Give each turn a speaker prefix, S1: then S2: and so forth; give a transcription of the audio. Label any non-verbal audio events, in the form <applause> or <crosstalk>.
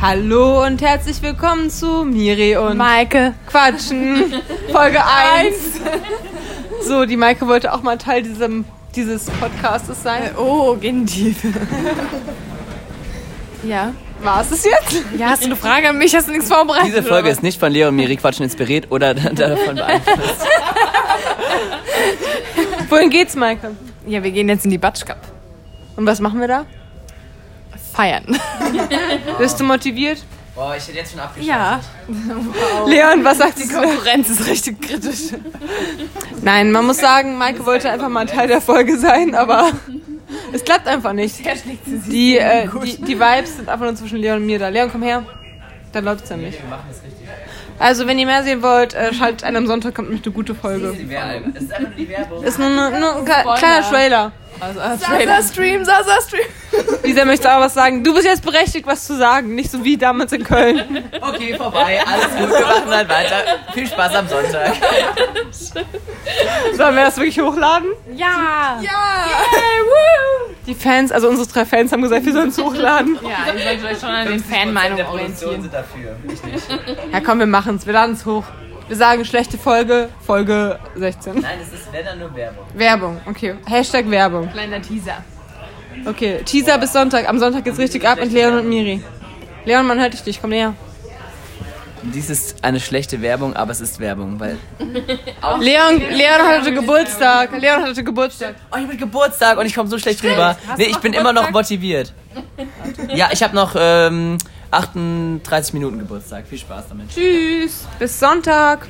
S1: Hallo und herzlich willkommen zu Miri und
S2: Maike.
S1: Quatschen Folge 1. So, die Maike wollte auch mal Teil diesem, dieses Podcastes sein.
S2: Oh, Gendive. ja.
S1: War es es jetzt?
S2: Ja, hast du eine Frage an mich? Hast du nichts vorbereitet?
S3: <laughs> Diese Folge ist nicht von Leo und Miri Quatschen inspiriert oder <laughs> davon beeinflusst.
S1: Wohin geht's, Maike?
S2: Ja, wir gehen jetzt in die Batschkap.
S1: Und was machen wir da?
S2: Feiern.
S1: Bist du motiviert?
S3: Boah, ich hätte jetzt schon abgeschlossen.
S2: Ja.
S1: Leon, was sagt die
S2: Konkurrenz ist richtig kritisch.
S1: Nein, man muss sagen, Maike wollte einfach mal Teil der Folge sein, aber es klappt einfach nicht. Die, äh, die, die Vibes sind einfach nur zwischen Leon und mir da. Leon, komm her. Da läuft's ja nicht.
S3: Wir machen es richtig.
S1: Also, wenn ihr mehr sehen wollt, äh, schaltet ein am Sonntag, kommt nämlich eine gute Folge.
S3: Die Werbung. Es ist einfach nur die Werbung.
S1: Ist nur, ne- nur ein kle- kleiner Trailer.
S2: Also, Sasa Stream, Sasa Stream.
S1: Lisa möchte auch was sagen. Du bist jetzt berechtigt, was zu sagen. Nicht so wie damals in Köln.
S3: Okay, vorbei. Alles gut. Wir machen dann weiter. Viel Spaß am Sonntag.
S1: Sollen wir das wirklich hochladen?
S2: Ja. Ja,
S1: Die Fans, also unsere drei Fans, haben gesagt, wir sollen es hochladen.
S2: ja ich wollte euch schon an den
S3: 50% der
S2: Fanmeinungen
S3: Produktion
S2: orientieren.
S3: sind dafür. Ich nicht.
S1: Ja, komm, wir machen's. Wir laden es hoch. Wir sagen schlechte Folge, Folge 16.
S3: Nein, es ist wenn dann nur Werbung.
S1: Werbung, okay. Hashtag Werbung.
S2: Kleiner Teaser.
S1: Okay, Teaser bis Sonntag. Am Sonntag geht's richtig ab mit Leon und Miri. Leon, man hört dich nicht. Komm näher.
S3: Dies ist eine schlechte Werbung, aber es ist Werbung, weil.
S1: Leon, Leon hat heute Geburtstag. Leon hat heute Geburtstag.
S3: Oh, ich bin Geburtstag und ich komme so schlecht rüber. Nee, ich bin immer noch motiviert. <laughs> Ja, ich habe noch ähm, 38 Minuten Geburtstag. Viel Spaß damit.
S1: Tschüss. Bis Sonntag.